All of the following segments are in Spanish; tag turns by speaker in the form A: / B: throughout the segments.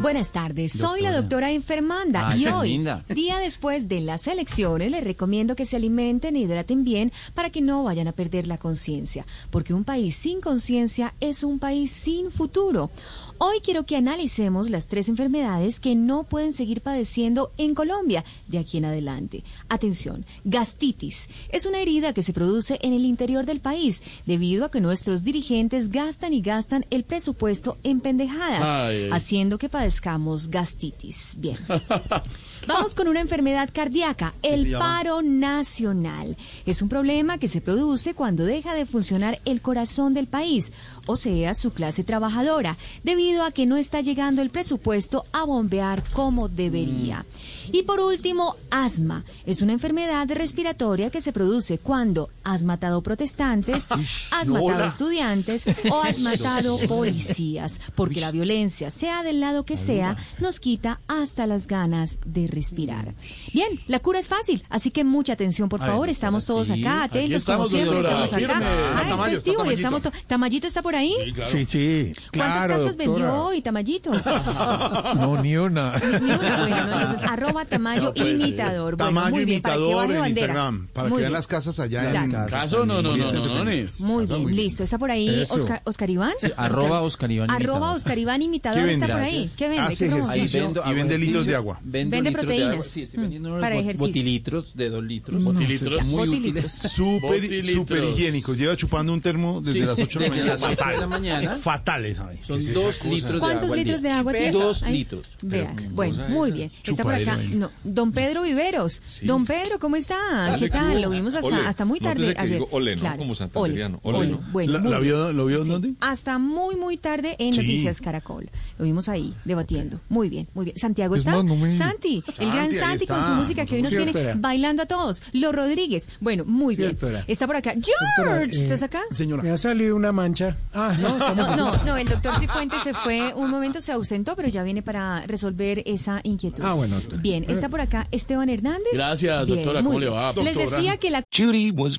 A: Buenas tardes, soy la doctora enfermanda
B: Ay,
A: y
B: qué
A: hoy,
B: linda.
A: día después de las elecciones, les recomiendo que se alimenten e hidraten bien para que no vayan a perder la conciencia, porque un país sin conciencia es un país sin futuro. Hoy quiero que analicemos las tres enfermedades que no pueden seguir padeciendo en Colombia de aquí en adelante. Atención, gastitis es una herida que se produce en el interior del país debido a que nuestros dirigentes gastan y gastan el presupuesto en pendejadas,
B: Ay, ay.
A: haciendo que padezcamos gastitis. Bien. Vamos con una enfermedad cardíaca, el paro nacional. Es un problema que se produce cuando deja de funcionar el corazón del país, o sea, su clase trabajadora, debido a que no está llegando el presupuesto a bombear como debería. Y por último, asma. Es una enfermedad respiratoria que se produce cuando has matado protestantes, has matado estudiantes o has matado policías, porque la violencia, sea del lado que sea, nos quita hasta las ganas de respirar. Bien, la cura es fácil, así que mucha atención, por favor. Estamos todos
B: sí.
A: acá,
B: Aquí
A: atentos, como
B: estamos,
A: siempre,
B: doctora.
A: estamos acá. Ah,
B: Firme. Está
A: es
C: Tamayo, está
A: festivo y
C: Tamayito.
A: estamos to- ¿Tamayito está por ahí?
D: Sí, sí.
A: ¿Cuántas
D: claro,
A: casas vendió
D: doctora.
A: hoy, Tamayito?
D: No, ni una.
A: Ni una, bueno, ¿no? Entonces, arroba Tamayo imitador. Bueno,
C: Tamayo
A: muy bien, para que
C: imitador
A: baje
C: en
A: bandera.
C: Instagram, para
A: Muy
C: que vean
A: bien.
C: las casas allá en
A: Exacto.
B: ¿Caso? No, no, no, no, no, no, Nes.
A: Muy
C: Está
A: bien,
C: muy bien.
A: listo. ¿Está por ahí
D: Eso.
A: Oscar, Oscar Iván?
B: Este, arroba Oscar Iván
A: Arroba
B: imitador.
A: Oscar Iván imitador
C: ¿Qué
A: está
C: vende? Ah,
A: por ahí.
E: Ah,
C: Gracias.
A: ¿Qué vende?
C: Hace
A: ¿Qué promoción?
C: ejercicio. y
B: hago
C: vende litros
B: ejercicio,
C: de agua.
B: Vendo,
A: Vende
B: litros
A: proteínas. Mm,
B: De agua. Sí, estoy vendiendo unos
A: Para
B: bot-
A: ejercicio. Mm,
B: botilitros de dos litros.
A: Botilitros.
B: Muy útiles.
A: Botilitros.
C: Súper,
B: Botilitos.
C: súper higiénico. Lleva chupando un termo desde
B: Sí,
C: las 8 de la
B: desde
C: mañana.
B: las ocho de la mañana.
E: Fatal esa vaina.
B: Son dos litros de agua.
A: ¿Cuántos
B: al
A: litros de
B: día.
A: agua tiene?
B: Dos
A: Ay,
B: litros.
A: Vea, bueno, muy bien. Está por
C: Chupadero
A: acá.
C: ahí.
A: no, don Pedro Viveros. Don Pedro, ¿cómo está? ¿Qué
F: que
A: tal?
F: hubo.
A: Lo vimos hasta,
F: Ole.
A: hasta muy
F: Nótese
A: tarde
F: que
A: ayer.
F: digo ole, ¿no? Como santanderiano.
A: Ole,
F: Ole,
A: ole.
F: ¿no?
A: Bueno,
C: La-
A: muy
C: ¿la
A: bien.
C: vio- lo vio
A: Sí,
C: dónde?
A: Hasta muy, muy tarde en
C: Sí.
A: Noticias Caracol. Lo vimos ahí debatiendo. Muy bien, muy bien. Santiago
D: Es
A: está.
D: más, no me-
A: Santi, el gran
C: Santi, ahí
A: Santi con
C: está.
A: su música que hoy nos
D: Sí,
A: tiene
D: espera.
A: bailando a todos. Los Rodríguez. Bueno, muy bien.
D: espera.
A: Está por acá.
D: Doctora,
A: George,
D: eh,
A: ¿estás acá?
E: Señora.
D: Me ha salido una mancha. Ah, no.
A: No, no, no, el doctor Cifuentes se fue un momento, se ausentó, pero ya viene para resolver esa inquietud.
D: Ah, bueno, doctora.
A: Bien,
C: Eh.
A: está por acá Esteban Hernández.
B: Gracias,
A: Bien,
B: doctora,
A: muy
B: ¿cómo le
A: bien.
B: va?
A: Les
C: Doctora.
A: decía que la
G: Judy was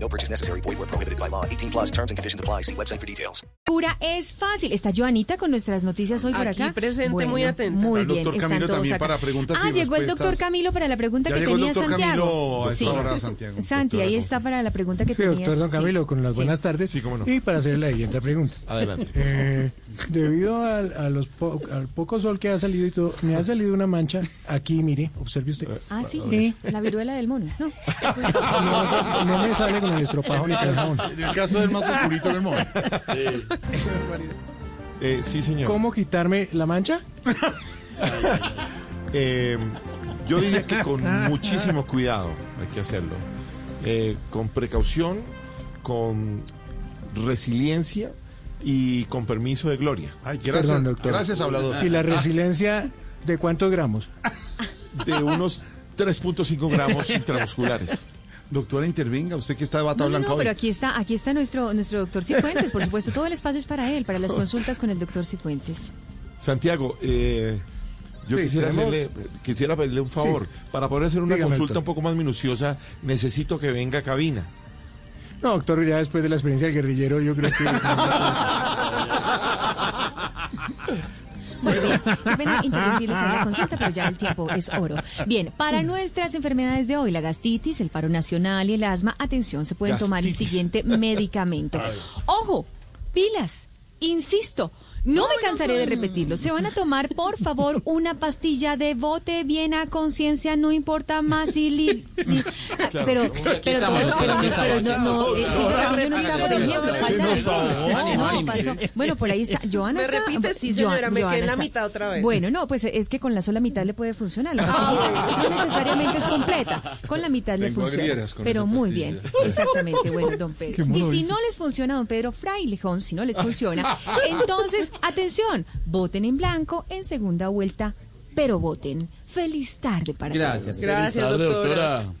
G: No purchase necessary. Void where prohibited by law. 18 plus terms and conditions apply. See website for details.
A: cura es fácil. Está Joanita con nuestras noticias hoy por
B: Aquí
A: acá.
B: presente,
A: Bueno,
B: muy atenta.
C: Está
A: Muy
C: el
A: bien,
C: doctor
A: están
C: Camilo
A: todos
C: también
A: acá.
C: para preguntas
A: Ah,
C: y
A: llegó el
C: respuestas.
A: doctor Camilo para la pregunta
C: Ya
A: que
C: llegó el
A: tenía
C: doctor
A: Santiago.
C: Camilo a esta hora, Santiago.
A: Santi,
C: Doctora
A: ahí
C: Rosa.
A: está para la pregunta que
D: Sí,
A: tenía.
D: doctor Don Camilo, con las buenas tardes.
C: Sí, cómo no.
D: Y para hacer la siguiente pregunta.
C: Adelante.
D: Eh, debido al, a los po- al poco sol que ha salido y todo, me ha salido una mancha aquí, mire, observe usted.
C: Eh.
A: Ah, sí,
D: Y
A: la viruela del mono. No.
D: no, no me sale con el estropajo ni con el jabón.
C: En el caso del más oscurito del mundo.
E: Eh, sí, señor.
D: ¿Cómo quitarme la mancha?
E: Eh, yo diría que con muchísimo cuidado hay que hacerlo. Eh, con precaución, con resiliencia y con permiso de gloria.
C: Ay, gracias,
D: Perdón, doctor.
C: gracias hablador.
D: ¿Y la resiliencia de cuántos gramos?
E: De unos 3.5 gramos intramusculares.
C: Doctora, intervenga. Usted que está de bata
A: No, no,
C: blanca
A: no,
C: hoy.
A: pero aquí está, aquí está nuestro, nuestro doctor Cifuentes, por supuesto, todo el espacio es para él, para las consultas con el doctor Cifuentes.
E: Santiago, eh, yo
D: Sí,
E: quisiera,
D: tenemos-
E: hacerle, quisiera pedirle un favor. Para poder hacer una
D: Dígame,
E: consulta
D: doctor.
E: un poco más minuciosa, necesito que venga a cabina.
D: No, doctor, ya después de la experiencia del guerrillero, yo creo que.
A: Bueno, bien, qué pena interrumpirles en la consulta, pero ya el tiempo es oro. Bien, para nuestras enfermedades de hoy, la gastritis, el paro nacional y el asma, atención, se pueden tomar el
C: Gastritis.
A: siguiente medicamento. ¡Ojo! Pilas. Insisto, no me cansaré de repetirlo. Se van a tomar, por favor, una pastilla de bote bien a conciencia, no importa más y li- li- Ah,
H: Claro.
A: Pero,
H: Aquí
A: pero,
B: estamos,
A: todo-
B: pero aquí
A: pero
B: estamos,
A: no, no, eh, sí, pero Ramiro no está por
B: Se
A: ejemplo.
B: nos
A: falta
B: ahogó.
A: Ramiro.
B: Ánimo,
A: No,
B: ánimo.
A: pasó. Bueno, por ahí está. Joana
I: ¿Me
A: está-
I: repite? Sí,
A: ah, Joan-
I: señora, me quedé en
A: Joana
I: la
A: está-
I: mitad otra vez. Ah,
A: Bueno, no, pues es que con la sola mitad le puede funcionar. La pastilla no necesariamente es completa. Con la mitad le
J: Tengo
A: funciona.
J: agrieras con
A: Pero
J: esa
A: muy bien.
J: pastilla.
A: Exactamente, bueno, don Pedro. Y si no les funciona, don Pedro Frailejón, si no les funciona, entonces, atención, voten en blanco en segunda vuelta, pero voten. Feliz tarde para todos.
B: Gracias.
I: Gracias,
J: Tarde,
I: doctora.
J: doctora.